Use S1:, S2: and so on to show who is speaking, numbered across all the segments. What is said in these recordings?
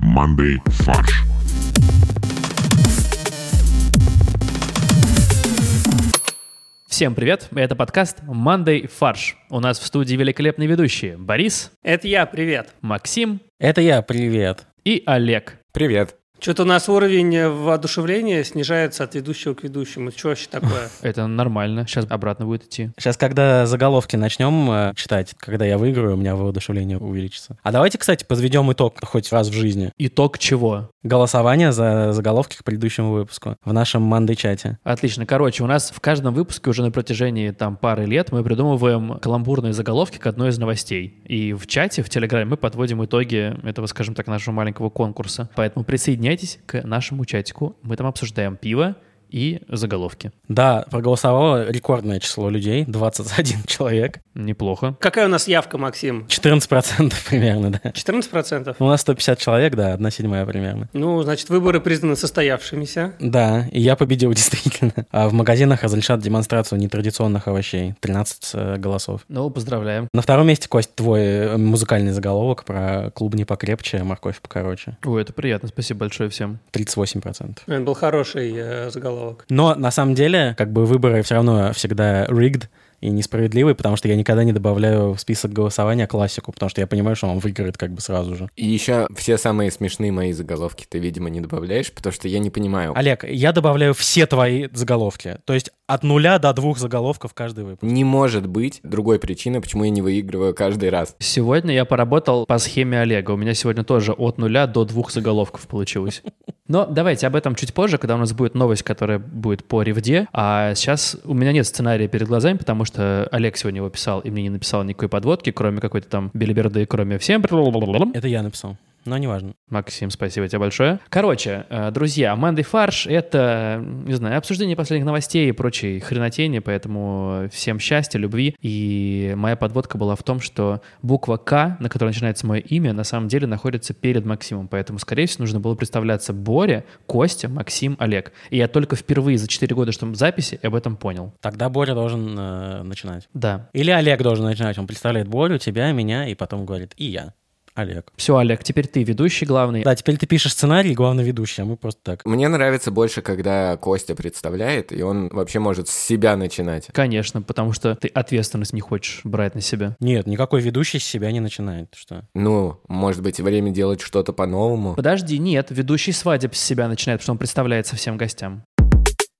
S1: командой «Фарш».
S2: Всем привет, это подкаст «Мандей фарш». У нас в студии великолепные ведущие Борис,
S3: Это я, привет.
S2: Максим
S4: Это я, привет.
S2: и Олег.
S5: Привет.
S3: Что-то у нас уровень воодушевления снижается от ведущего к ведущему. Что вообще такое?
S2: Это нормально, сейчас обратно будет идти.
S4: Сейчас, когда заголовки начнем э, читать, когда я выиграю, у меня воодушевление увеличится. А давайте, кстати, подведем итог хоть раз в жизни.
S2: Итог чего?
S4: Голосование за заголовки к предыдущему выпуску в нашем мандей-чате.
S2: Отлично. Короче, у нас в каждом выпуске уже на протяжении там пары лет мы придумываем каламбурные заголовки к одной из новостей. И в чате, в Телеграме мы подводим итоги этого, скажем так, нашего маленького конкурса. Поэтому присоединяйтесь к нашему чатику. Мы там обсуждаем пиво и заголовки.
S4: Да, проголосовало рекордное число людей, 21 человек,
S2: Неплохо.
S3: Какая у нас явка, Максим?
S4: 14% примерно, да. Ну,
S3: 14%?
S4: У нас 150 человек, да, одна седьмая примерно.
S3: Ну, значит, выборы признаны состоявшимися.
S4: Да, и я победил действительно. А в магазинах разрешат демонстрацию нетрадиционных овощей. 13 э, голосов.
S2: Ну, поздравляем.
S4: На втором месте, Кость, твой э, музыкальный заголовок про клубни покрепче, а морковь покороче.
S2: Ой, это приятно. Спасибо большое всем.
S4: 38%.
S3: Блин, был хороший э, заголовок.
S4: Но на самом деле, как бы выборы все равно всегда rigged и несправедливые, потому что я никогда не добавляю в список голосования классику, потому что я понимаю, что он выиграет как бы сразу же.
S5: И еще все самые смешные мои заголовки ты, видимо, не добавляешь, потому что я не понимаю.
S4: Олег, я добавляю все твои заголовки. То есть от нуля до двух заголовков каждый выпуск.
S5: Не может быть другой причины, почему я не выигрываю каждый раз.
S2: Сегодня я поработал по схеме Олега. У меня сегодня тоже от нуля до двух заголовков получилось. Но давайте об этом чуть позже, когда у нас будет новость, которая будет по ревде. А сейчас у меня нет сценария перед глазами, потому что Олег сегодня его писал, и мне не написал никакой подводки, кроме какой-то там белиберды, кроме всем.
S4: Это я написал. Но неважно.
S2: Максим, спасибо тебе большое. Короче, э, друзья, Манды фарш — это, не знаю, обсуждение последних новостей и прочей хренотени, поэтому всем счастья, любви. И моя подводка была в том, что буква «К», на которой начинается мое имя, на самом деле находится перед Максимом, поэтому, скорее всего, нужно было представляться Боря, Костя, Максим, Олег. И я только впервые за 4 года что записи об этом понял.
S4: Тогда Боря должен э, начинать.
S2: Да.
S4: Или Олег должен начинать. Он представляет Борю, тебя, меня, и потом говорит «и я». Олег.
S2: Все, Олег, теперь ты ведущий главный.
S4: Да, теперь ты пишешь сценарий, главный ведущий, а мы просто так.
S5: Мне нравится больше, когда Костя представляет, и он вообще может с себя начинать.
S2: Конечно, потому что ты ответственность не хочешь брать на себя.
S4: Нет, никакой ведущий с себя не начинает. Ты Что?
S5: Ну, может быть, время делать что-то по-новому.
S2: Подожди, нет, ведущий свадеб с себя начинает, потому что он представляется всем гостям.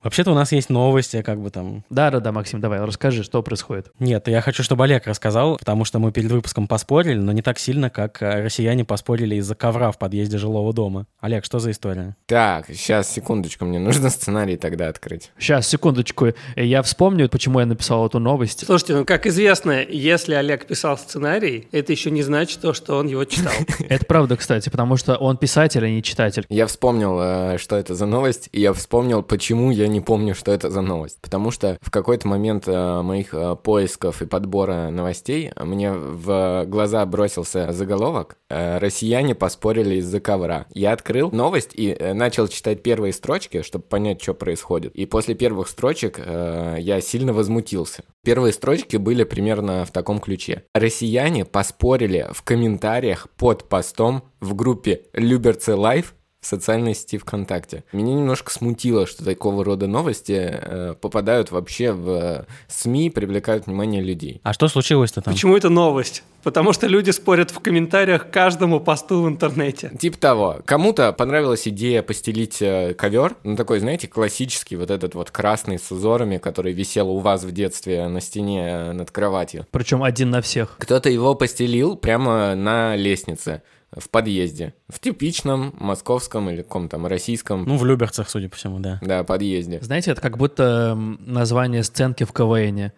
S4: Вообще-то у нас есть новости, как бы там...
S2: Да-да-да, Максим, давай, расскажи, что происходит.
S4: Нет, я хочу, чтобы Олег рассказал, потому что мы перед выпуском поспорили, но не так сильно, как э, россияне поспорили из-за ковра в подъезде жилого дома. Олег, что за история?
S5: Так, сейчас, секундочку, мне нужно сценарий тогда открыть.
S2: Сейчас, секундочку, э, я вспомню, почему я написал эту новость.
S3: Слушайте, ну, как известно, если Олег писал сценарий, это еще не значит то, что он его читал.
S2: Это правда, кстати, потому что он писатель, а не читатель.
S5: Я вспомнил, э, что это за новость, и я вспомнил, почему я не помню, что это за новость. Потому что в какой-то момент э, моих э, поисков и подбора новостей мне в глаза бросился заголовок э, «Россияне поспорили из-за ковра». Я открыл новость и э, начал читать первые строчки, чтобы понять, что происходит. И после первых строчек э, я сильно возмутился. Первые строчки были примерно в таком ключе. «Россияне поспорили в комментариях под постом в группе «Люберцы Лайф» в социальной сети ВКонтакте. Меня немножко смутило, что такого рода новости э, попадают вообще в э, СМИ, привлекают внимание людей.
S4: А что случилось-то там?
S3: Почему это новость? Потому что люди спорят в комментариях к каждому посту в интернете.
S5: Типа того, кому-то понравилась идея постелить э, ковер, ну такой, знаете, классический вот этот вот красный с узорами, который висел у вас в детстве на стене э, над кроватью.
S2: Причем один на всех.
S5: Кто-то его постелил прямо на лестнице в подъезде, в типичном московском или каком там российском,
S4: Ну, в Люберцах, судя по всему, да.
S5: да, подъезде.
S2: Знаете, это как будто м, название сценки в КВНе.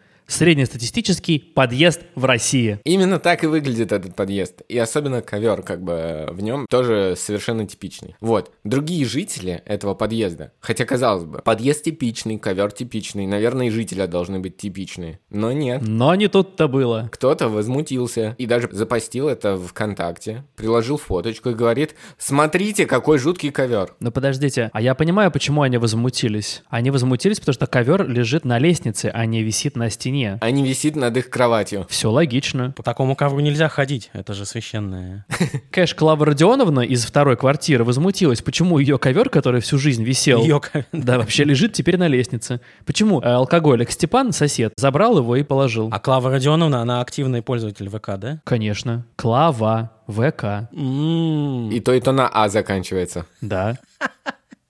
S2: Среднестатистический подъезд в России.
S5: Именно так и выглядит этот подъезд. И особенно ковер, как бы в нем тоже совершенно типичный. Вот. Другие жители этого подъезда, хотя казалось бы, подъезд типичный, ковер типичный, наверное, и жители должны быть типичные. Но нет.
S2: Но не тут-то было.
S5: Кто-то возмутился и даже запостил это в ВКонтакте, приложил фоточку и говорит, смотрите, какой жуткий ковер.
S2: Но подождите, а я понимаю, почему они возмутились. Они возмутились, потому что ковер лежит на лестнице, а не висит на стене. стене.
S5: А не висит над их кроватью.
S2: Все логично.
S4: По такому ковру нельзя ходить, это же священное.
S2: Кэш Клава Родионовна из второй квартиры возмутилась, почему ее ковер, который всю жизнь висел,
S4: Её ковер.
S2: да, вообще лежит теперь на лестнице. Почему э, алкоголик Степан, сосед, забрал его и положил?
S4: А Клава Родионовна, она активный пользователь ВК, да?
S2: Конечно. Клава, ВК,
S4: М.
S5: И то, и то на А заканчивается.
S2: да.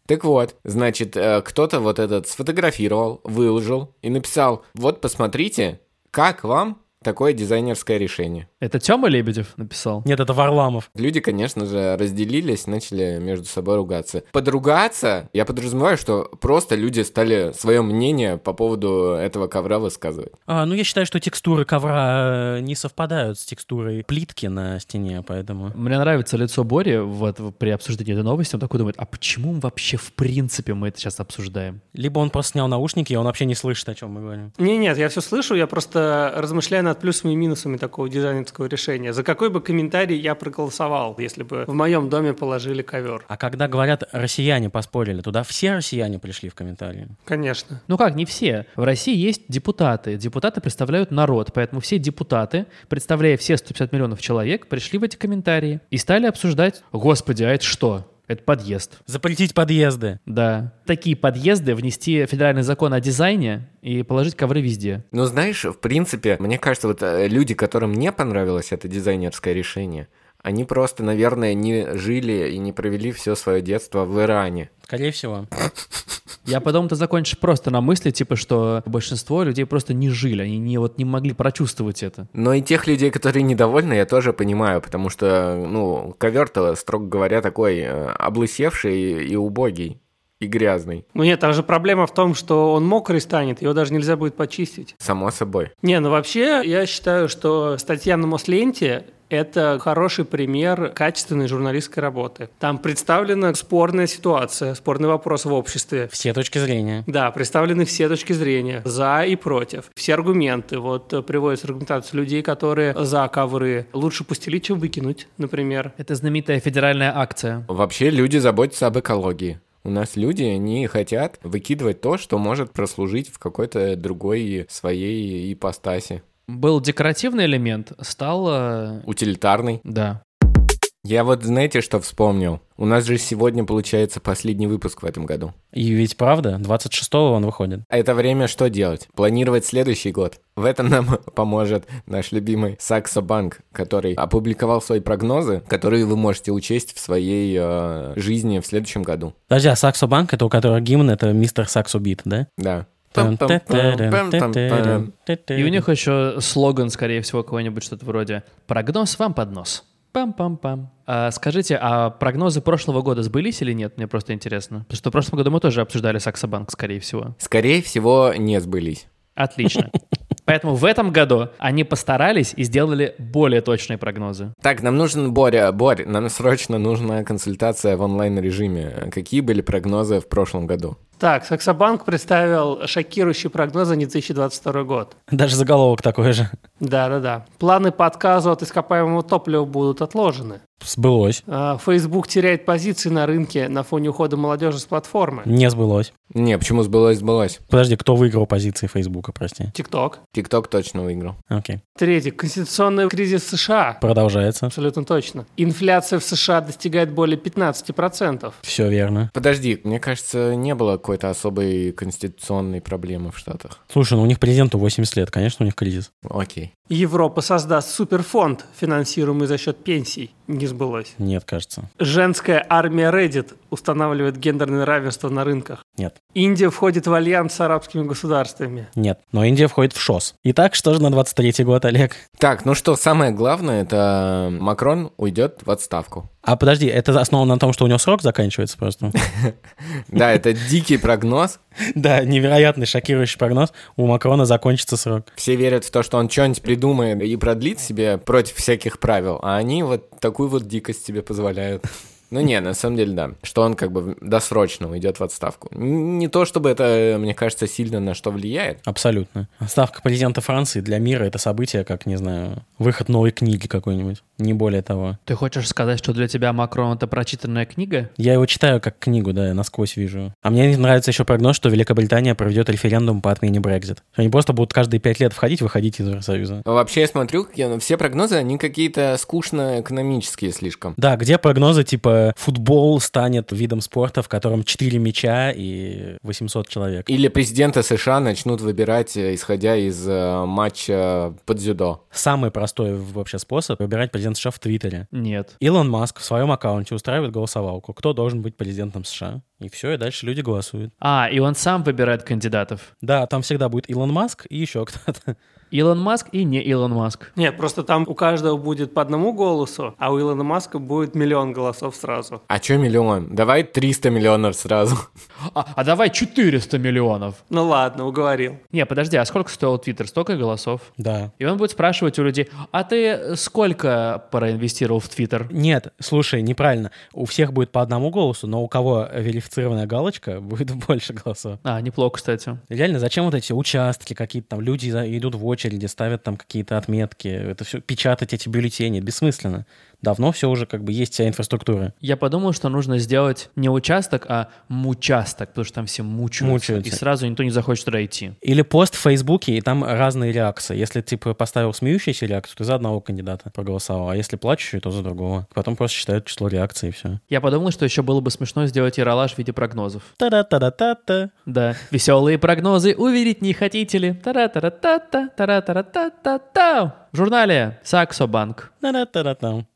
S5: Так вот, значит, э, кто-то вот этот сфотографировал, выложил и написал, вот посмотрите, как вам такое дизайнерское решение.
S2: Это Тёма Лебедев написал?
S4: Нет, это Варламов.
S5: Люди, конечно же, разделились, начали между собой ругаться. Подругаться, я подразумеваю, что просто люди стали свое мнение по поводу этого ковра высказывать.
S4: А, ну, я считаю, что текстуры ковра э, не совпадают с текстурой плитки на стене, поэтому...
S2: Мне нравится лицо Бори вот в- при обсуждении этой новости. Он такой думает, а почему вообще в принципе мы это сейчас обсуждаем?
S4: Либо он просто снял наушники, и он вообще не слышит, о чем мы говорим.
S3: Не, нет, я все слышу, я просто размышляю над плюсами и минусами такого дизайнерского решения. За какой бы комментарий я проголосовал, если бы в моем доме положили ковер?
S4: А когда говорят «россияне поспорили», туда все россияне пришли в комментарии.
S3: Конечно.
S2: Ну как, не все. В России есть депутаты. Депутаты представляют народ, поэтому все депутаты, представляя все 150 миллионов человек, пришли в эти комментарии и стали обсуждать, господи, а это что? Это подъезд.
S4: Запретить подъезды.
S2: Да. Такие подъезды внести в федеральный закон о дизайне и положить ковры везде.
S5: Ну, знаешь, в принципе, мне кажется, вот э, люди, которым не понравилось это дизайнерское решение, они просто, наверное, не жили и не провели все свое детство в Иране.
S4: Скорее всего.
S2: Я потом ты закончишь просто на мысли, типа, что большинство людей просто не жили, они не, вот, не могли прочувствовать это.
S5: Но и тех людей, которые недовольны, я тоже понимаю, потому что, ну, ковер-то, строго говоря, такой э, облысевший и убогий, и грязный.
S3: Ну нет, там же проблема в том, что он мокрый станет, его даже нельзя будет почистить.
S5: Само собой.
S3: Не, ну вообще, я считаю, что статья на Мосленте это хороший пример качественной журналистской работы. Там представлена спорная ситуация, спорный вопрос в обществе.
S4: Все точки зрения.
S3: Да, представлены все точки зрения, за и против. Все аргументы. Вот э, приводится аргументация людей, которые за ковры. Лучше постелить, чем выкинуть, например.
S2: Это знаменитая федеральная акция.
S5: Вообще люди заботятся об экологии. У нас люди, они хотят выкидывать то, что может прослужить в какой-то другой своей ипостаси.
S2: Был декоративный элемент, стал... э,
S5: Утилитарный.
S2: Да.
S5: Я вот знаете, что вспомнил? У нас же сегодня получается последний выпуск в этом году.
S4: И ведь правда, 26-го он выходит.
S5: А это время что делать? Планировать следующий год. В этом нам поможет наш любимый Саксо Банк, который опубликовал свои прогнозы, которые вы можете учесть в своей э, жизни в следующем году.
S4: Подожди, а Саксо Банк, это у которого гимн, это мистер Саксо Бит, да?
S5: Да.
S2: И
S4: И
S2: у них еще слоган, скорее всего, какой-нибудь что-то вроде «Прогноз вам под нос». Пам-пам-пам. А скажите, а прогнозы прошлого года сбылись или нет? Мне просто интересно. Потому что в прошлом году мы тоже обсуждали Саксобанк, скорее всего.
S5: Скорее всего, не сбылись.
S2: Отлично. Поэтому в этом году они постарались и сделали более точные прогнозы.
S5: Так, нам нужен Боря. Борь, нам срочно нужна консультация в онлайн-режиме. Какие были прогнозы в прошлом году?
S3: Так, Саксобанк представил шокирующий прогноз за 2022 год.
S4: Даже заголовок такой же.
S3: Да-да-да. Планы по отказу от ископаемого топлива будут отложены.
S4: Сбылось.
S3: А, Facebook теряет позиции на рынке на фоне ухода молодежи с платформы.
S4: Не сбылось.
S5: Не, почему сбылось, сбылось.
S4: Подожди, кто выиграл позиции Фейсбука, прости?
S3: TikTok.
S5: Тикток точно выиграл.
S4: Окей.
S3: Третье. Конституционный кризис США.
S4: Продолжается.
S3: Абсолютно точно. Инфляция в США достигает более 15%.
S4: Все верно.
S5: Подожди, мне кажется, не было какой-то особой конституционной проблемы в Штатах.
S4: Слушай, ну у них президенту 80 лет, конечно, у них кризис.
S5: Окей.
S3: Европа создаст суперфонд, финансируемый за счет пенсий. Не сбылось.
S4: Нет, кажется.
S3: Женская армия Reddit устанавливает гендерное равенство на рынках.
S4: Нет.
S3: Индия входит в альянс с арабскими государствами.
S4: Нет. Но Индия входит в ШОС. Итак, что же на 23-й год, Олег?
S5: Так, ну что, самое главное, это Макрон уйдет в отставку.
S4: А подожди, это основано на том, что у него срок заканчивается просто?
S5: Да, это дикий прогноз.
S4: Да, невероятный шокирующий прогноз. У Макрона закончится срок.
S5: Все верят в то, что он что-нибудь придумает и продлит себе против всяких правил, а они вот такую вот дикость себе позволяют. Ну не, на самом деле, да. Что он как бы досрочно уйдет в отставку. Н- Не то чтобы это, мне кажется, сильно на что влияет.
S4: Абсолютно. Ставка президента Франции для мира это событие, как, не знаю, выход новой книги какой-нибудь. Не более того.
S2: Ты хочешь сказать, что для тебя Макрон это прочитанная книга?
S4: Я его читаю как книгу, да, я насквозь вижу. А мне нравится еще прогноз, что Великобритания проведет референдум по отмене Брекзит. Они просто будут каждые пять лет входить, выходить из Евросоюза.
S5: Вообще, я смотрю, как я- все прогнозы, они какие-то скучно экономические слишком.
S4: Да, где прогнозы типа футбол станет видом спорта, в котором 4 мяча и 800 человек.
S5: Или президента США начнут выбирать, э, исходя из э, матча под дзюдо.
S4: Самый простой вообще способ выбирать президента США в Твиттере.
S2: Нет.
S4: Илон Маск в своем аккаунте устраивает голосовалку, кто должен быть президентом США. И все, и дальше люди голосуют.
S2: А, и он сам выбирает кандидатов.
S4: Да, там всегда будет Илон Маск и еще кто-то.
S2: Илон Маск и не Илон Маск.
S3: Нет, просто там у каждого будет по одному голосу, а у Илона Маска будет миллион голосов сразу.
S5: А чё миллион? Давай 300 миллионов сразу.
S2: А, а давай 400 миллионов.
S3: Ну ладно, уговорил.
S2: Не, подожди, а сколько стоил Твиттер? Столько голосов?
S4: Да.
S2: И он будет спрашивать у людей, а ты сколько проинвестировал в Твиттер?
S4: Нет, слушай, неправильно. У всех будет по одному голосу, но у кого верифицированная галочка, будет больше голосов.
S2: А, неплохо, кстати.
S4: Реально, зачем вот эти участки какие-то там, люди за- идут в очереди, ставят там какие-то отметки, это все, печатать эти бюллетени, бессмысленно. Давно все уже как бы есть вся инфраструктура.
S2: Я подумал, что нужно сделать не участок, а мучасток, потому что там все мучаются.
S4: Мучаются.
S2: И сразу никто не захочет туда идти.
S4: Или пост в Фейсбуке, и там разные реакции. Если ты п- поставил смеющуюся реакцию, ты за одного кандидата проголосовал, а если плачущую, то за другого. Потом просто считают число реакций и все.
S2: Я подумал, что еще было бы смешно сделать яролаж в виде прогнозов.
S4: Та-да-та-да-та-та.
S2: Да, веселые прогнозы, уверить не хотите ли? Тара-тара-та-та, тара-тара-та-та-та. В журнале Саксо Банк.
S4: Та-да-та-да-там.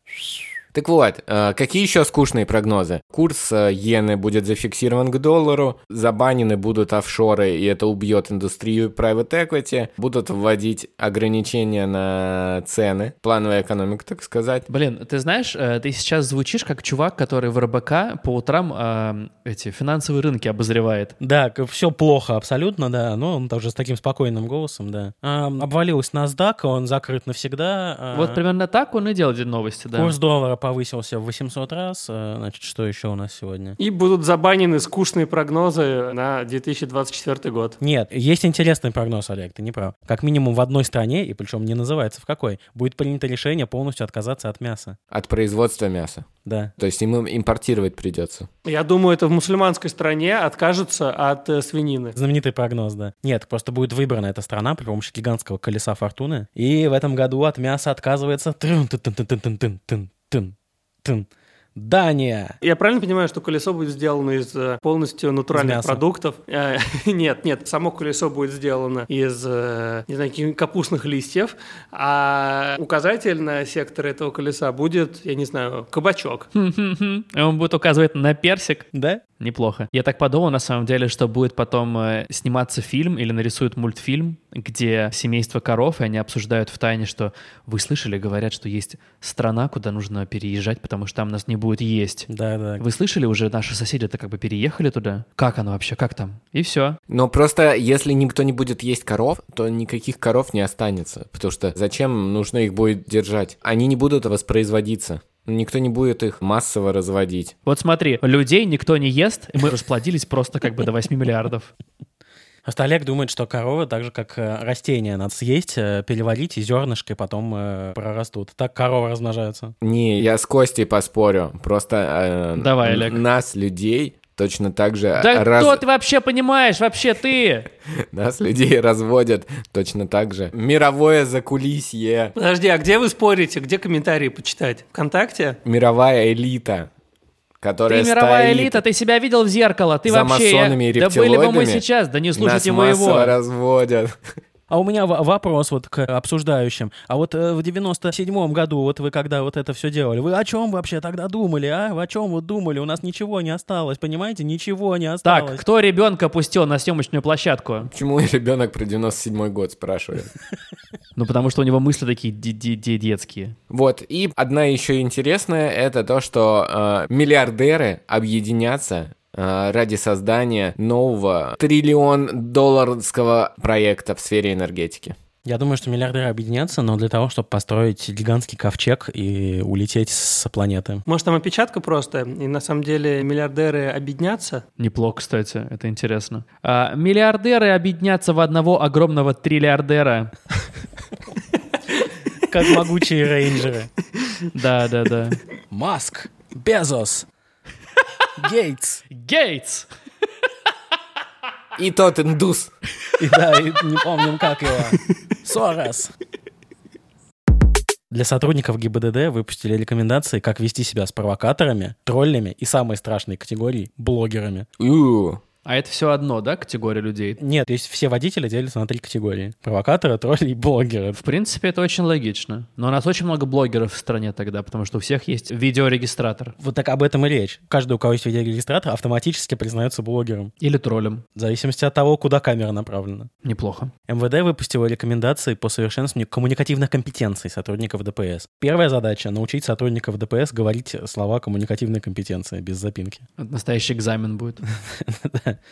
S5: Так вот, э, какие еще скучные прогнозы? Курс э, иены будет зафиксирован к доллару, забанены будут офшоры, и это убьет индустрию private equity, будут вводить ограничения на цены, плановая экономика, так сказать.
S2: Блин, ты знаешь, э, ты сейчас звучишь как чувак, который в РБК по утрам эм, эти финансовые рынки обозревает.
S4: Да, все плохо абсолютно, да. Но он тоже с таким спокойным голосом, да. А, обвалилась NASDAQ, он закрыт навсегда. а,
S2: Вот примерно так он и делает новости, да.
S4: Курс доллара повысился в 800 раз. а, Значит, что еще у нас сегодня?
S3: И будут забанены скучные прогнозы на 2024 год.
S4: Нет, есть интересный прогноз, Олег, ты не прав. Как минимум в одной стране, и причем не называется в какой, будет принято решение полностью отказаться от мяса.
S5: От производства мяса.
S4: Да.
S5: То есть им им импортировать придется.
S3: Я думаю, это в мусульманской стране откажутся от э, свинины.
S4: Знаменитый прогноз, да. Нет, просто будет выбрана эта страна при помощи гигантского колеса фортуны. И в этом году от мяса отказывается... трын, тын, тын, тын, тын, тын, тын, тын, тын. Дания!
S3: Я правильно понимаю, что колесо будет сделано из э, полностью натуральных
S4: мяса.
S3: продуктов? Э, Нет, нет, само колесо будет сделано из, э, не знаю, каких-нибудь капустных листьев, а указатель на сектор этого колеса будет, я не знаю, кабачок.
S2: Хм-хм-хм. И Он будет указывать на персик.
S4: Да?
S2: Неплохо. Я так подумал, на самом деле, что будет потом э, сниматься фильм или нарисуют мультфильм, где семейство коров, и они обсуждают в тайне, что вы слышали, говорят, что есть страна, куда нужно переезжать, потому что там нас не будет есть.
S4: Да, да.
S2: Вы слышали уже, наши соседи-то как бы переехали туда? Как оно вообще, как там? И все.
S5: Но просто если никто не будет есть коров, то никаких коров не останется. Потому что зачем нужно их будет держать? Они не будут воспроизводиться. Никто не будет их массово разводить.
S2: Вот смотри, людей никто не ест, и мы расплодились просто как бы до 8 миллиардов.
S4: Просто Олег думает, что коровы, так же как э, растения, надо съесть, э, переварить, и зернышко потом э, прорастут. Так коровы размножаются.
S5: Не, я с Костей поспорю. Просто э,
S2: Давай,
S5: н-
S2: Олег.
S5: нас, людей, точно так же
S2: Да
S5: А раз-
S2: кто ты вообще понимаешь? Вообще ты!
S5: нас, людей, разводят точно так же. Мировое закулисье,
S3: Подожди, а где вы спорите? Где комментарии почитать? ВКонтакте?
S5: мировая элита,
S2: Ты
S5: которая
S2: мировая
S5: стоит
S2: элита, ты себя видел в зеркало, ты
S5: за
S2: вообще... э,
S5: масонами и
S2: да были бы мы
S5: рептилоидами,
S2: сейчас, да не слушайте
S5: нас
S2: моего.
S5: массово разводят.
S4: А у меня в- вопрос вот к обсуждающим. А вот э, в 97-м году, вот вы когда вот это все делали, вы о чем вообще тогда думали, а? Вы о чем вот думали? У нас ничего не осталось, понимаете? Ничего не осталось.
S2: Так, кто ребенка пустил на съемочную площадку?
S5: Почему ребенок про 97 год спрашивает?
S2: Ну, потому что у него мысли такие ди- ди- ди- детские.
S5: Вот, и одна еще интересная, это то, что э, миллиардеры объединятся э, ради создания нового триллион долларовского проекта в сфере энергетики.
S4: Я думаю, что миллиардеры объединятся, но для того, чтобы построить гигантский ковчег и улететь с планеты.
S3: Может, там опечатка просто, и на самом деле миллиардеры объединятся?
S2: Неплохо, кстати, это интересно. А, миллиардеры объединятся в одного огромного триллиардера.
S4: Как могучие рейнджеры.
S2: Да, да, да.
S4: Маск, Безос, Гейтс.
S2: Гейтс!
S5: И тот индус.
S4: И да, и не помним, как его. Сорос. Для сотрудников ГИБДД выпустили рекомендации, как вести себя с провокаторами, троллями и самой страшной категорией – блогерами.
S5: Ю.
S2: А это все одно, да, категория людей?
S4: Нет, то есть все водители делятся на три категории. Провокаторы, тролли и блогеры.
S2: В принципе, это очень логично. Но у нас очень много блогеров в стране тогда, потому что у всех есть видеорегистратор.
S4: Вот так об этом и речь. Каждый, у кого есть видеорегистратор, автоматически признается блогером.
S2: Или троллем.
S4: В зависимости от того, куда камера направлена.
S2: Неплохо.
S4: МВД выпустила рекомендации по совершенствованию коммуникативных компетенций сотрудников ДПС. Первая задача — научить сотрудников ДПС говорить слова коммуникативной компетенции без запинки.
S2: Это Настоящий экзамен будет.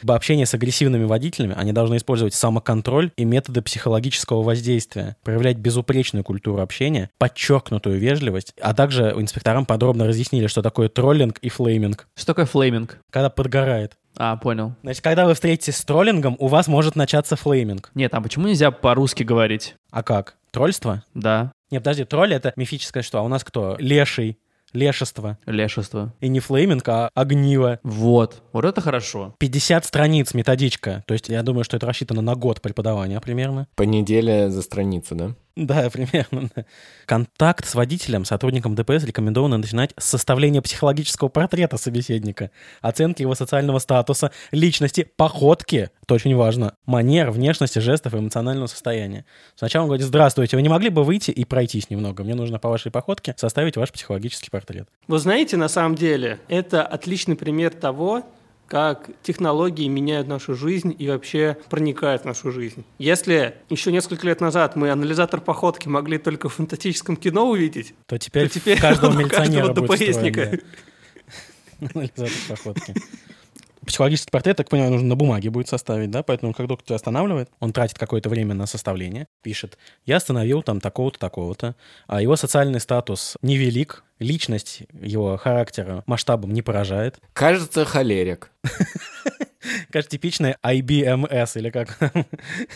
S4: В общении с агрессивными водителями они должны использовать самоконтроль и методы психологического воздействия, проявлять безупречную культуру общения, подчеркнутую вежливость, а также инспекторам подробно разъяснили, что такое троллинг и флейминг,
S2: Что такое флейминг?
S4: когда подгорает.
S2: А, понял.
S4: Значит, когда вы встретитесь с троллингом, у вас может начаться флейминг.
S2: Нет, а почему нельзя по-русски говорить?
S4: А как? Трольство?
S2: Да,
S4: Не, подожди, тролль — это мифическое что? А у нас кто? Леший, лешество.
S2: лешество.
S4: И не флейминг, а огниво.
S2: Вот. Вот это хорошо.
S4: 50 страниц методичка. То есть я думаю, что это рассчитано на год преподавания примерно.
S5: По неделе за страницу, да?
S4: Да, примерно. да. Контакт с водителем, сотрудником ДПС рекомендовано начинать с составления психологического портрета собеседника, оценки его социального статуса, личности, походки, это очень важно, манер, внешности, жестов и эмоционального состояния. Сначала он говорит, здравствуйте, вы не могли бы выйти и пройтись немного? Мне нужно по вашей походке составить ваш психологический портрет.
S3: Вы знаете, на самом деле, это отличный пример того, как технологии меняют нашу жизнь и вообще проникают в нашу жизнь. Если еще несколько лет назад мы анализатор походки могли только в фантастическом кино увидеть,
S4: То теперь,
S3: То теперь
S4: в каждого
S3: у
S4: милиционера
S3: каждого
S4: будет
S3: ДПСника.
S4: встроен, да, анализатор походки. Психологический портрет, так понимаю, нужно на бумаге будет составить, да? Поэтому, как доктор тебя останавливает, он тратит какое-то время на составление, пишет, я остановил там такого-то, такого-то, а его социальный статус невелик, личность его характера масштабом не поражает.
S5: Кажется, холерик.
S4: Кажется, типичная IBMS, или как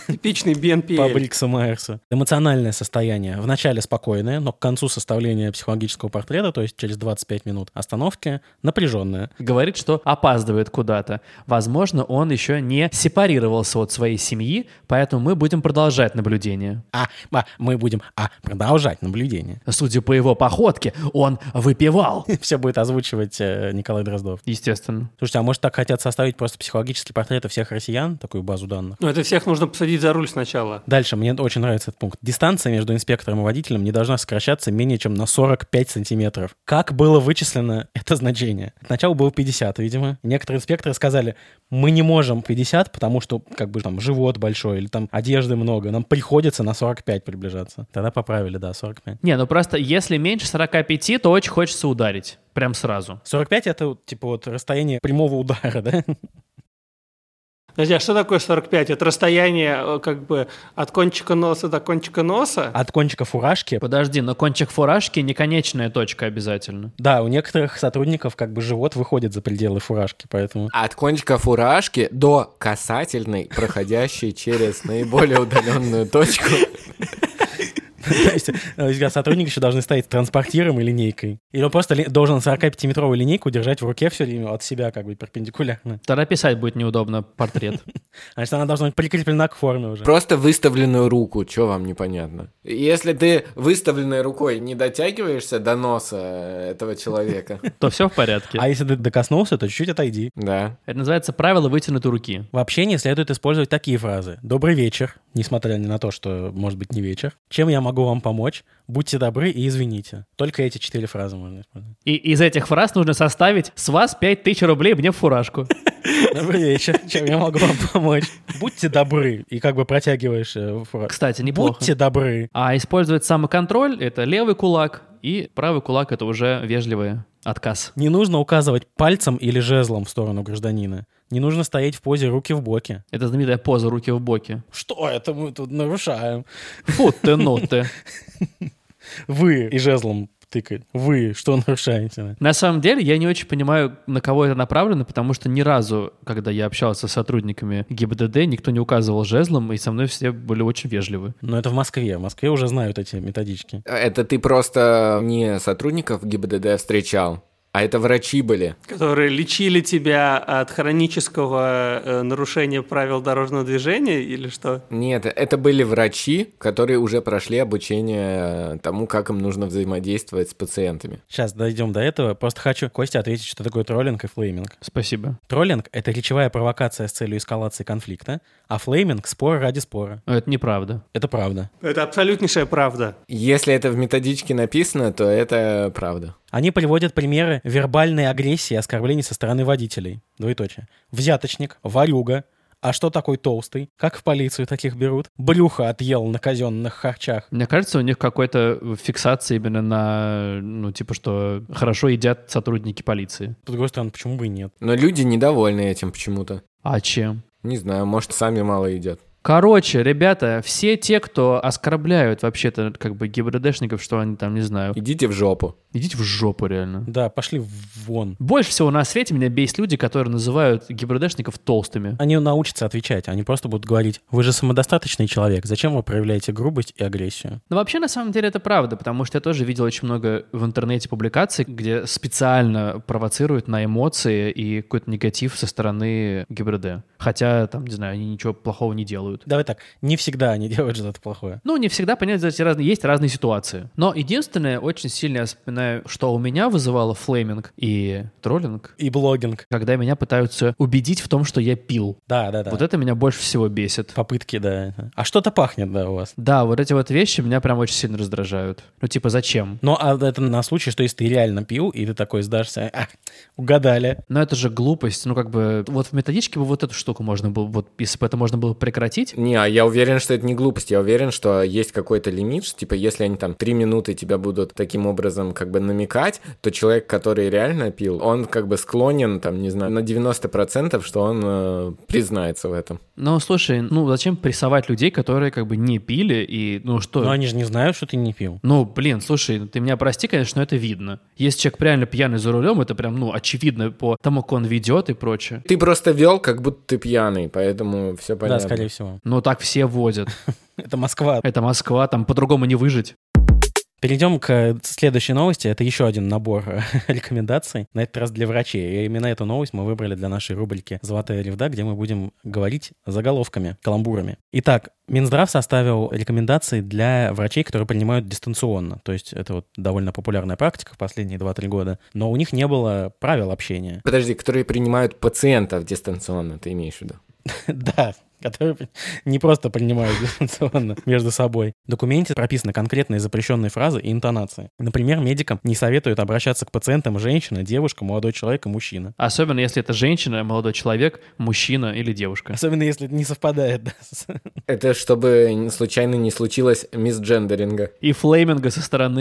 S3: типичный
S4: по
S3: BNPL.
S4: Бриксу Майерсу. Эмоциональное состояние. Вначале спокойное, но к концу составления психологического портрета, то есть через 25 минут остановки, напряженное.
S2: Говорит, что опаздывает куда-то. Возможно, он еще не сепарировался от своей семьи, поэтому мы будем продолжать наблюдение.
S4: А, а, мы будем, а, продолжать наблюдение.
S2: Судя по его походке, он выпивал.
S4: Все будет озвучивать э, Николай Дроздов.
S2: Естественно.
S4: Слушайте, а может так хотят составить просто психологические портреты всех россиян, такую базу данных?
S3: Но Ну, это всех нужно посадить за руль сначала.
S4: Дальше, мне очень нравится этот пункт. Дистанция между инспектором и водителем не должна сокращаться менее чем на 45 сантиметров. Как было вычислено это значение? Сначала было 50, видимо. Некоторые инспекторы сказали, мы не можем 50, потому что как бы там живот большой или там одежды много, нам приходится на 45 приближаться. Тогда поправили, да, 45.
S2: Не, ну просто если меньше 45, то очень хочется ударить. Прям сразу.
S4: 45 это вот, типа вот расстояние прямого удара, да?
S3: Подожди, а что такое 45? Это расстояние э, как бы от кончика носа до кончика носа?
S4: От кончика фуражки
S2: Подожди, но кончик фуражки не конечная точка обязательно.
S4: Да, у некоторых сотрудников как бы живот выходит за пределы фуражки, поэтому...
S5: От кончика фуражки до касательной, проходящей через наиболее удаленную точку.
S4: То есть э, когда сотрудники еще должны стоять с транспортиром и линейкой. Или он просто ли- должен 45-метровую линейку держать в руке все время от себя как бы перпендикулярно.
S2: Тогда писать будет неудобно портрет.
S4: Значит, она должна быть прикреплена к форме уже.
S5: Просто выставленную руку, что вам непонятно? Если ты выставленной рукой не дотягиваешься до носа э, этого человека,
S2: То все в порядке.
S4: А если ты докоснулся, то чуть-чуть отойди.
S5: да.
S2: Это называется правило вытянутой руки.
S4: В общении следует использовать такие фразы. «Добрый вечер», несмотря ни на то, что может быть не вечер. «Чем я могу вам помочь?» «Будьте добры и извините». Только эти четыре фразы можно использовать.
S2: И из этих фраз нужно составить «С вас 5000 рублей мне в фуражку».
S4: «Добрый вечер, чем я могу вам помочь?» «Будьте добры». И как бы протягиваешь э, фразу.
S2: Кстати, неплохо.
S4: Будьте добры.
S2: А использовать самоконтроль — это левый кулак и правый кулак — это уже вежливый отказ.
S4: Не нужно указывать пальцем или жезлом в сторону гражданина. Не нужно стоять в позе руки в боке.
S2: Это знаменитая поза руки в боки.
S4: Что это мы тут нарушаем?
S2: Фу ты, ну ты.
S4: Вы и жезлом тыкает. Вы что нарушаете?
S2: На самом деле, я не очень понимаю, на кого это направлено, потому что ни разу, когда я общался с сотрудниками ГИБДД, никто не указывал жезлом, и со мной все были очень вежливы.
S4: Но это в Москве. В Москве уже знают эти методички.
S5: Это ты просто не сотрудников ГИБДД встречал, а это врачи были.
S3: которые лечили тебя от хронического э, нарушения правил дорожного движения или что?
S5: Нет, это были врачи, которые уже прошли обучение э, тому, как им нужно взаимодействовать с пациентами.
S4: Сейчас дойдем до этого. Просто хочу, Костя, ответить, что такое троллинг и флейминг.
S2: Спасибо.
S4: Троллинг — это речевая провокация с целью эскалации конфликта, а флейминг — спор ради спора.
S2: Но это неправда.
S4: Это правда.
S3: Это абсолютнейшая правда.
S5: Если это в методичке написано, то это правда.
S4: Они приводят примеры вербальной агрессии и оскорблений со стороны водителей. Двоеточие. Взяточник, варюга, а что такой толстый? Как в полицию таких берут? Брюха отъел на казенных харчах.
S2: Мне кажется, у них какой-то фиксация именно на, ну, типа, что хорошо едят сотрудники полиции.
S4: С другой стороны, почему бы и нет?
S5: Но люди недовольны этим почему-то.
S2: А чем?
S5: Не знаю, может, сами мало едят.
S2: Короче, ребята, все те, кто оскорбляют вообще-то как бы ГИБДДшников, что они там, не знаю,
S5: Идите в жопу.
S2: идите в жопу реально.
S4: Да, пошли вон.
S2: Больше всего на свете меня бесит люди, которые называют ГИБДДшников толстыми.
S4: Они научатся отвечать, они просто будут говорить, вы же самодостаточный человек, зачем вы проявляете грубость и агрессию?
S2: Но вообще, на самом деле, это правда, потому что я тоже видел очень много в интернете публикаций, где специально провоцируют на эмоции и какой-то негатив со стороны ГИБДД. Хотя, там, не знаю, они ничего плохого не делают.
S4: Давай так, не всегда они делают что-то плохое.
S2: Ну, не всегда, понятно, эти разные, есть разные ситуации. Но единственное, очень сильно я вспоминаю, что у меня вызывало флейминг и троллинг,
S4: И блогинг.
S2: когда меня пытаются убедить в том, что я пил.
S4: Да, да, да.
S2: Вот это меня больше всего бесит.
S4: Попытки, да. это. А что-то пахнет, да, у вас.
S2: Да, вот эти вот вещи меня прям очень сильно раздражают. Ну, типа, зачем?
S4: Ну, а это на случай, что если ты реально пил, и ты такой сдашься, «А, угадали.
S2: Но это же глупость. Ну, как бы, вот в методичке бы вот эту штуку можно было, вот если бы это можно было прекратить,
S5: Не, а я уверен, что это не глупость. Я уверен, что есть какой-то лимит. что, Типа, если они там три минуты тебя будут таким образом как бы намекать, то человек, который реально пил, он как бы склонен, там, не знаю, на 90%, что он э, признается в этом.
S2: Ну, слушай, ну зачем прессовать людей, которые как бы не пили и, ну что...
S4: Но они же не знают, что ты не пил.
S2: Ну, блин, слушай, ну, ты меня прости, конечно, но это видно. Если человек реально пьяный за рулем, это прям, ну, очевидно по тому, как он ведет и прочее.
S5: Ты просто вел, как будто ты пьяный, поэтому все понятно.
S4: Да, скорее всего.
S2: Но так все водят.
S4: Это Москва.
S2: Это Москва, там по-другому не выжить.
S4: Перейдем к э, следующей новости. Это еще один набор э, рекомендаций, на этот раз для врачей. И именно эту новость мы выбрали для нашей рубрики «Золотая ревда», где мы будем говорить заголовками, каламбурами. Итак, Минздрав составил рекомендации для врачей, которые принимают дистанционно. То есть это вот довольно популярная практика в последние 2-3 года. Но у них не было правил общения.
S5: Подожди, которые принимают пациентов дистанционно, ты имеешь в виду?
S4: Да, которые не просто принимают дистанционно между собой. В документе прописаны конкретные запрещенные фразы и интонации. Например, медикам не советуют обращаться к пациентам женщина, девушка, молодой человек и мужчина.
S2: Особенно, если это женщина, молодой человек, мужчина или девушка.
S4: Особенно если это не совпадает. да, с-
S5: Это чтобы н- случайно не случилось мисс-джендеринга.
S2: И флейминга со стороны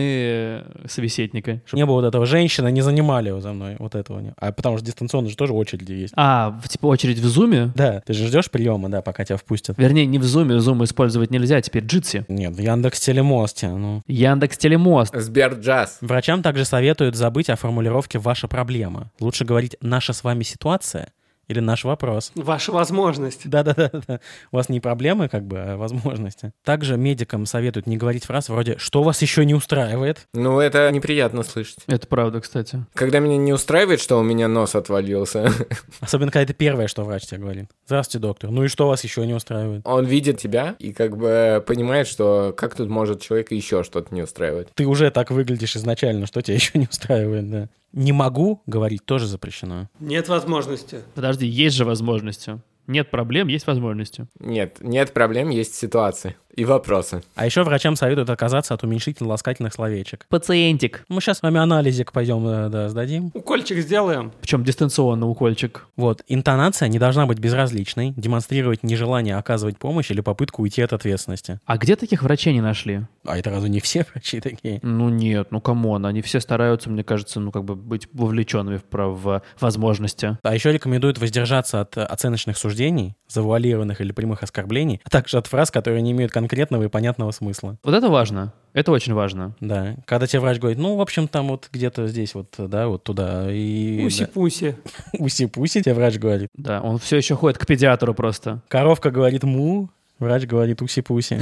S2: э, собеседника.
S4: Чтоб Не было вот этого женщина, не занимали его за мной. Вот этого не. А потому что дистанционно же тоже очереди есть.
S2: А, в- типа очередь в зуме?
S4: Да, ты же ждешь приема, да, пока тебя впустят.
S2: Вернее, не в зуме, зум использовать нельзя, теперь джитси.
S4: Нет, Яндекс Телемосте, ну.
S2: Яндекс Телемост.
S5: Сберджаз.
S4: Врачам также советуют забыть о формулировке «ваша проблема». Лучше говорить «наша с вами ситуация» или «наш вопрос».
S3: Ваша возможность.
S4: Да-да-да. У вас не проблемы, как бы, а возможности. Также медикам советуют не говорить фраз вроде «что вас еще не устраивает?».
S5: Ну, это неприятно слышать.
S2: Это правда, кстати.
S5: Когда меня не устраивает, что у меня нос отвалился,
S4: Особенно, когда это первое, что врач тебе говорит. «Здравствуйте, доктор. Ну и что вас еще не устраивает?».
S5: он видит тебя и как бы понимает, что как тут может человека еще что-то не устраивать.
S4: Ты уже так выглядишь изначально, что тебя еще не устраивает, да. «Не могу» говорить тоже запрещено.
S3: Нет возможности.
S2: Подожди, есть же возможности. Нет проблем, есть возможности.
S5: Нет, нет проблем, есть ситуации. И вопросы.
S4: А еще врачам советуют отказаться от уменьшительно-ласкательных словечек.
S2: Пациентик.
S4: Мы сейчас с вами анализик пойдем э, да, сдадим.
S3: Укольчик сделаем.
S2: Причем дистанционно укольчик.
S4: Вот, интонация не должна быть безразличной, демонстрировать нежелание оказывать помощь или попытку уйти от ответственности.
S2: А где таких врачей не нашли?
S4: А это разве не все врачи такие?
S2: Ну нет, ну камон, они все стараются, мне кажется, ну как бы быть вовлеченными в, про- в возможности.
S4: А еще рекомендуют воздержаться от э, оценочных суждений, завуалированных или прямых оскорблений, а также от фраз, которые не имеют конкретного и понятного смысла.
S2: Вот это важно, это очень важно.
S4: Да, когда тебе врач говорит, ну, в общем, там вот где-то здесь вот, да, вот туда, и... да.
S3: Уси-пуси.
S4: Уси-пуси, тебе врач говорит.
S2: Да, он все еще ходит к педиатру просто.
S4: Коровка говорит му, врач говорит уси-пуси.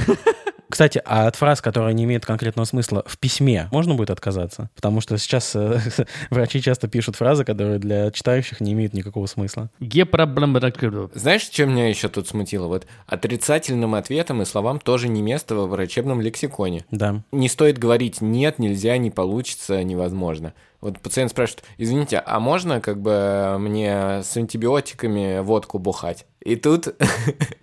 S4: Кстати, а от фраз, которые не имеют конкретного смысла, в письме можно будет отказаться? Потому что сейчас э, врачи часто пишут фразы, которые для читающих не имеют никакого смысла.
S2: Гепробрамбракрду.
S5: Знаешь, чем меня еще тут смутило? Вот отрицательным ответам и словам тоже не место во врачебном лексиконе.
S4: Да.
S5: Не стоит говорить «нет», «нельзя», «не получится», «невозможно». Вот пациент спрашивает, извините, а можно как бы мне с антибиотиками водку бухать? И тут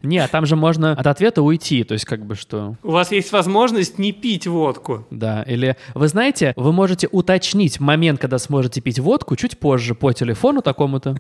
S2: Не, а там же можно от ответа уйти, то есть как бы что...
S3: У вас есть возможность не пить водку.
S2: Да, или вы знаете, вы можете уточнить момент, когда сможете пить водку, чуть позже по телефону такому-то.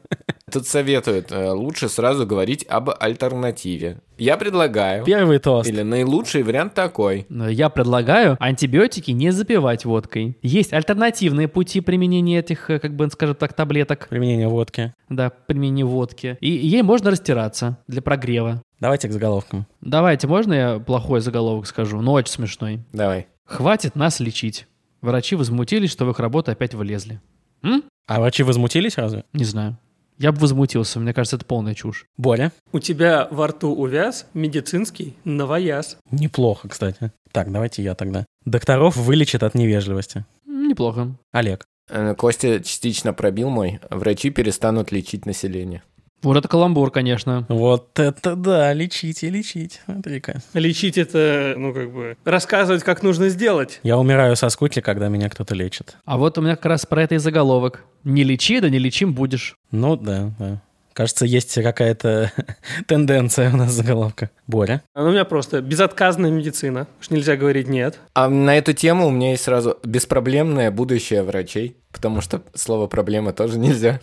S5: Тут советуют э, лучше сразу говорить об альтернативе. Я предлагаю.
S4: Первый тост.
S5: Или наилучший вариант такой.
S2: Но я предлагаю антибиотики не запивать водкой. Есть альтернативные пути применения этих, э, как бы, скажем так, таблеток,
S4: Применение водки.
S2: да, применения водки. И ей можно растираться для прогрева.
S4: Давайте к заголовкам.
S2: Давайте, можно я плохой заголовок скажу? но очень смешной.
S5: Давай.
S2: Хватит нас лечить. Врачи возмутились, что в их работу опять влезли. М?
S4: А врачи возмутились разве?
S2: Не знаю. Я бы возмутился, мне кажется, это полная чушь.
S4: Боря?
S3: У тебя во рту увяз медицинский новояз.
S4: Неплохо, кстати. Так, давайте я тогда. Докторов вылечат от невежливости.
S2: М, Неплохо.
S4: Олег.
S5: Э, Костя частично пробил мой. Врачи перестанут лечить население.
S2: Вот это каламбур, конечно.
S4: Вот это да, лечите, лечите. Смотри-ка.
S3: Лечить это, ну как бы, рассказывать, как нужно сделать.
S4: Я умираю со скуки, когда меня кто-то лечит.
S2: А вот у меня как раз про это и заголовок. Не лечи, да не лечим будешь.
S4: Ну да, да. Кажется, есть какая-то тенденция у нас в заголовках. Боря.
S3: Она у меня просто безотказная медицина. Уж нельзя говорить нет.
S5: А на эту тему у меня есть сразу беспроблемное будущее врачей, потому что слово «проблема» тоже нельзя.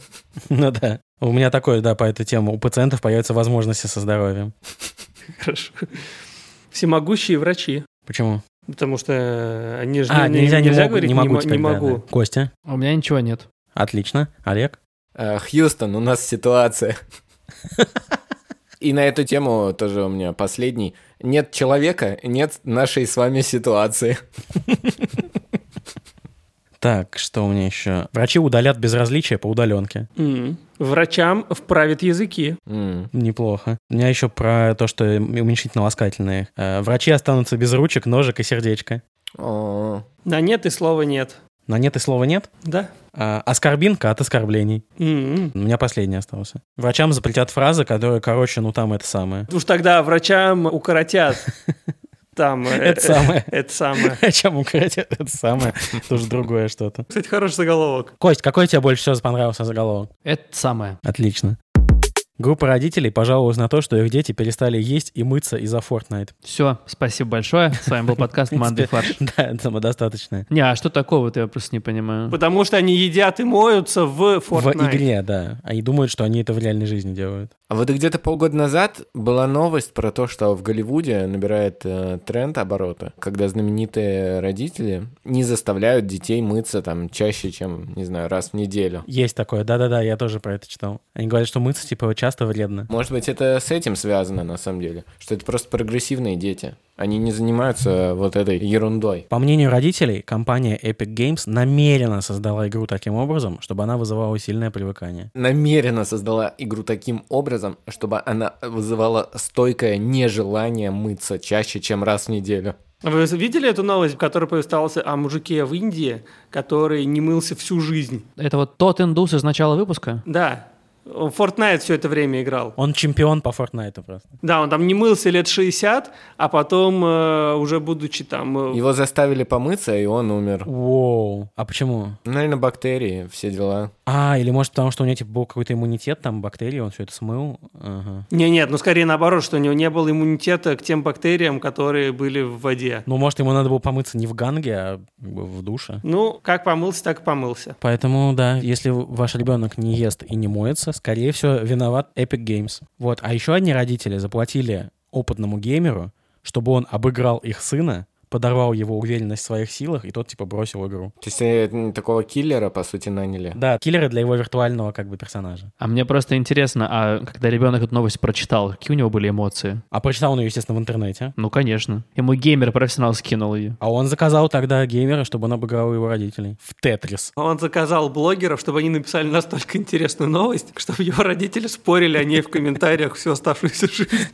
S4: Ну да. У меня такое, да, по этой теме. У пациентов появятся возможности со здоровьем.
S3: Хорошо. Всемогущие врачи.
S4: Почему?
S3: Потому что э, они же
S4: а,
S3: не-
S4: нельзя, не, могу,
S3: говорить
S4: не могу
S3: мо-
S4: теперь,
S3: не
S4: да,
S3: могу.
S4: да. Костя.
S2: А У меня ничего нет.
S4: Отлично. Олег.
S5: Э, Хьюстон, у нас ситуация. И на эту тему тоже у меня последний. Нет человека, нет нашей с вами ситуации.
S4: Так, что у меня еще? Врачи удалят безразличие по удаленке.
S3: М. Врачам вправят языки.
S5: М.
S4: Неплохо. У меня еще про то, что уменьшительно ласкательные. Э, Врачи останутся без ручек, ножек и сердечка.
S5: О,
S3: На нет и слова нет.
S4: На нет и слова нет.
S3: Да?
S4: А оскорбинка от оскорблений.
S3: М.
S4: У меня последний остался. Врачам запретят фразы, которые, короче, ну там это самое.
S3: Уж тогда врачам укоротят. Там... э,
S4: Это самое.
S3: Это самое.
S4: Врачам укоротят это самое. Тоже другое что-то.
S3: Кстати, хороший заголовок.
S4: Кость, какой тебе больше всего понравился заголовок?
S2: Это самое.
S4: Отлично. Группа родителей пожаловалась на то, что их дети перестали есть и мыться из-за Fortnite.
S2: Все, спасибо большое. С вами был подкаст «Манды фарш».
S4: Да, это самодостаточное.
S2: Не, а что такого-то, я просто не понимаю.
S3: Потому что они едят и моются в
S4: В
S3: Fortnite.
S4: игре, да. Они думают, что они это в реальной жизни делают.
S5: А вот где-то полгода назад была новость про то, что в Голливуде набирает э, тренд оборота, когда знаменитые родители не заставляют детей мыться там чаще, чем, не знаю, раз в неделю.
S4: Есть такое, да-да-да, я тоже про это читал. Они говорят, что мыться, типа, часто вредно.
S5: Может быть, это с этим связано на самом деле, что это просто прогрессивные дети. Они не занимаются э, вот этой ерундой.
S4: По мнению родителей, компания Epic Games намеренно создала игру таким образом, чтобы она вызывала сильное привыкание.
S5: намеренно создала игру таким образом, чтобы она вызывала стойкое нежелание мыться чаще, чем раз в неделю.
S3: Вы видели эту новость, в которой повествовался о мужике в Индии, который не мылся всю жизнь?
S2: Это вот тот индус из начала выпуска?
S3: Да. Он в Fortnite все это время играл.
S4: Он чемпион по Фортнайту просто.
S3: Да, он там не мылся лет 60, а потом э, уже будучи там... э,
S5: Его заставили помыться, и он умер.
S4: Воу. А почему?
S5: Наверное, бактерии, все дела.
S4: А, или может потому, что у него типа был какой-то иммунитет, там бактерии, он все это смыл. Ага.
S3: Не, нет, ну скорее наоборот, что у него не было иммунитета к тем бактериям, которые были в воде.
S4: Ну, может, ему надо было помыться не в ганге, а как бы в душе.
S3: Ну, как помылся, так и помылся.
S4: Поэтому, да, если ваш ребенок не ест и не моется, скорее всего, виноват Epic Games. Вот. А еще одни родители заплатили опытному геймеру, чтобы он обыграл их сына, подорвал его уверенность в своих силах, и тот, типа, бросил игру.
S5: То есть э, м, такого киллера, по сути, наняли.
S4: Да, киллеры для его виртуального, как бы, персонажа.
S2: А мне просто интересно, а когда ребенок эту новость прочитал, какие у него были эмоции?
S4: А прочитал он ее, естественно, в интернете.
S2: Ну, конечно. Ему геймер-профессионал скинул ее.
S4: А он заказал тогда геймера, чтобы он обыграл его родителей. В Тетрис.
S3: Он заказал блогеров, чтобы они написали настолько интересную новость, чтобы его родители спорили о ней в комментариях всю оставшуюся жизнь.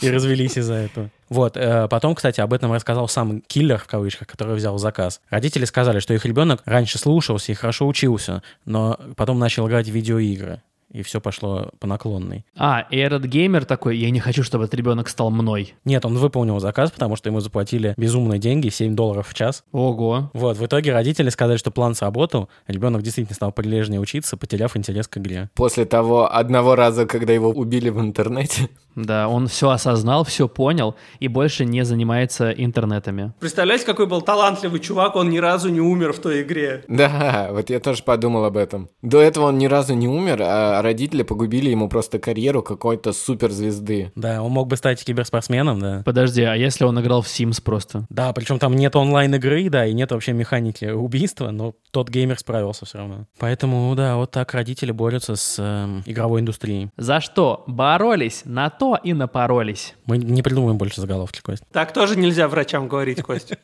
S4: И развелись из-за этого. Вот, э, потом, кстати, об этом рассказал сам киллер, в кавычках, который взял заказ. Родители сказали, что их ребенок раньше слушался и хорошо учился, но потом начал играть в видеоигры. И все пошло по наклонной.
S2: А, и этот геймер такой, я не хочу, чтобы этот ребенок стал мной.
S4: Нет, он выполнил заказ, потому что ему заплатили безумные деньги, 7 долларов в час.
S2: Ого.
S4: Вот, в итоге родители сказали, что план сработал, ребенок действительно стал прилежнее учиться, потеряв интерес к игре.
S5: После того одного раза, когда его убили в интернете.
S2: Да, он все осознал, все понял и больше не занимается интернетами.
S3: Представляете, какой был талантливый чувак, он ни разу не умер в той игре.
S5: Да, вот я тоже подумал об этом. До этого он ни разу не умер, а родители погубили ему просто карьеру какой-то суперзвезды.
S4: Да, он мог бы стать киберспортсменом, да.
S2: Подожди, а если он играл в Sims просто?
S4: Да, причем там нет онлайн-игры, да, и нет вообще механики убийства, но тот геймер справился все равно. Поэтому, ну да, вот так родители борются с эм, игровой индустрией.
S2: За что? Боролись, на то и напоролись.
S4: Мы не придумываем больше заголовки, Кость.
S3: Так тоже нельзя врачам говорить, Костя.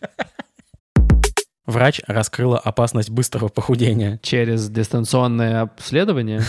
S4: Врач раскрыла опасность быстрого похудения.
S2: Через дистанционное обследование?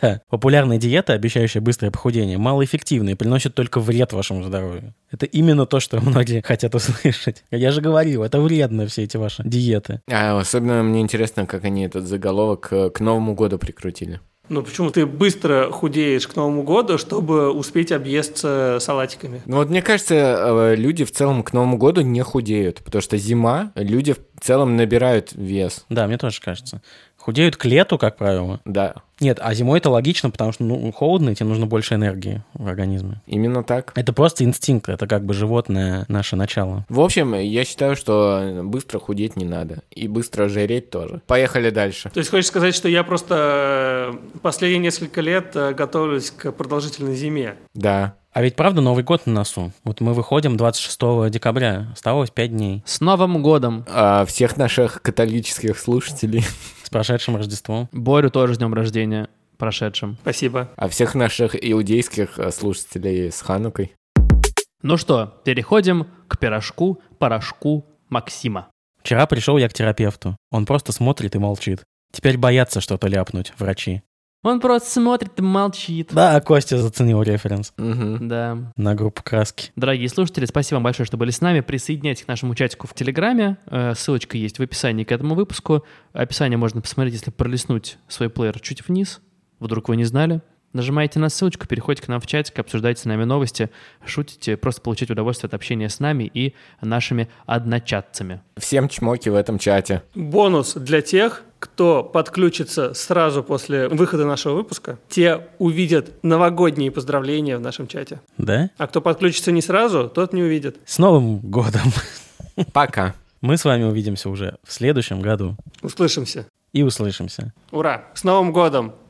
S4: Да. Популярная диета, обещающая быстрое похудение, малоэффективна и приносит только вред вашему здоровью. Это именно то, что многие хотят услышать. Я же говорил, это вредно, все эти ваши диеты.
S5: А особенно мне интересно, как они этот заголовок э, к Новому году прикрутили.
S3: Ну почему ты быстро худеешь к Новому году, чтобы успеть объесться салатиками?
S5: Ну вот мне кажется, э, люди в целом к Новому году не худеют, потому что зима, люди в целом набирают вес.
S4: Да, мне тоже кажется. Худеют к лету, как правило.
S5: Да,
S4: Нет, а зимой это логично, потому что ну, холодно, и тебе нужно больше энергии в организме.
S5: именно так.
S4: Это просто инстинкт, это как бы животное наше начало.
S5: В общем, я считаю, что быстро худеть не надо. И быстро жиреть тоже. Поехали дальше.
S3: То есть хочешь сказать, что я просто э, последние несколько лет э, готовлюсь к продолжительной зиме?
S5: Да.
S4: А ведь правда Новый год на носу. Вот мы выходим 26 декабря, осталось 5 дней.
S2: С Новым годом!
S5: А всех наших католических слушателей,
S4: С прошедшим Рождеством.
S2: Борю тоже с днем рождения прошедшим.
S3: Спасибо.
S5: а всех наших иудейских э, слушателей с Ханукой.
S2: Ну что, переходим к пирожку, порошку Максима.
S4: Вчера пришел я к терапевту. Он просто смотрит и молчит. Теперь боятся что-то ляпнуть врачи.
S2: Он просто смотрит и молчит.
S4: Да, Костя заценил референс
S5: Мгм.
S2: Да.
S4: на группу краски.
S2: Дорогие слушатели, спасибо вам большое, что были с нами. Присоединяйтесь к нашему чатику в Телеграме. Э, Ссылочка есть в описании к этому выпуску. Описание можно посмотреть, если пролистнуть свой плеер чуть вниз. Вдруг вы не знали. Нажимаете на ссылочку, переходите к нам в чатик, обсуждайте с нами новости, шутите, просто получите удовольствие от общения с нами и нашими одночатцами.
S5: Всем чмоки в этом чате.
S3: Бонус для тех, кто подключится сразу после выхода нашего выпуска, те увидят новогодние поздравления в нашем чате.
S4: Да?
S3: А кто подключится не сразу, тот не увидит.
S4: С Новым годом!
S5: Пока.
S4: Мы с вами увидимся уже в следующем году
S3: Услышимся.
S4: и услышимся.
S3: Ура! С Новым годом!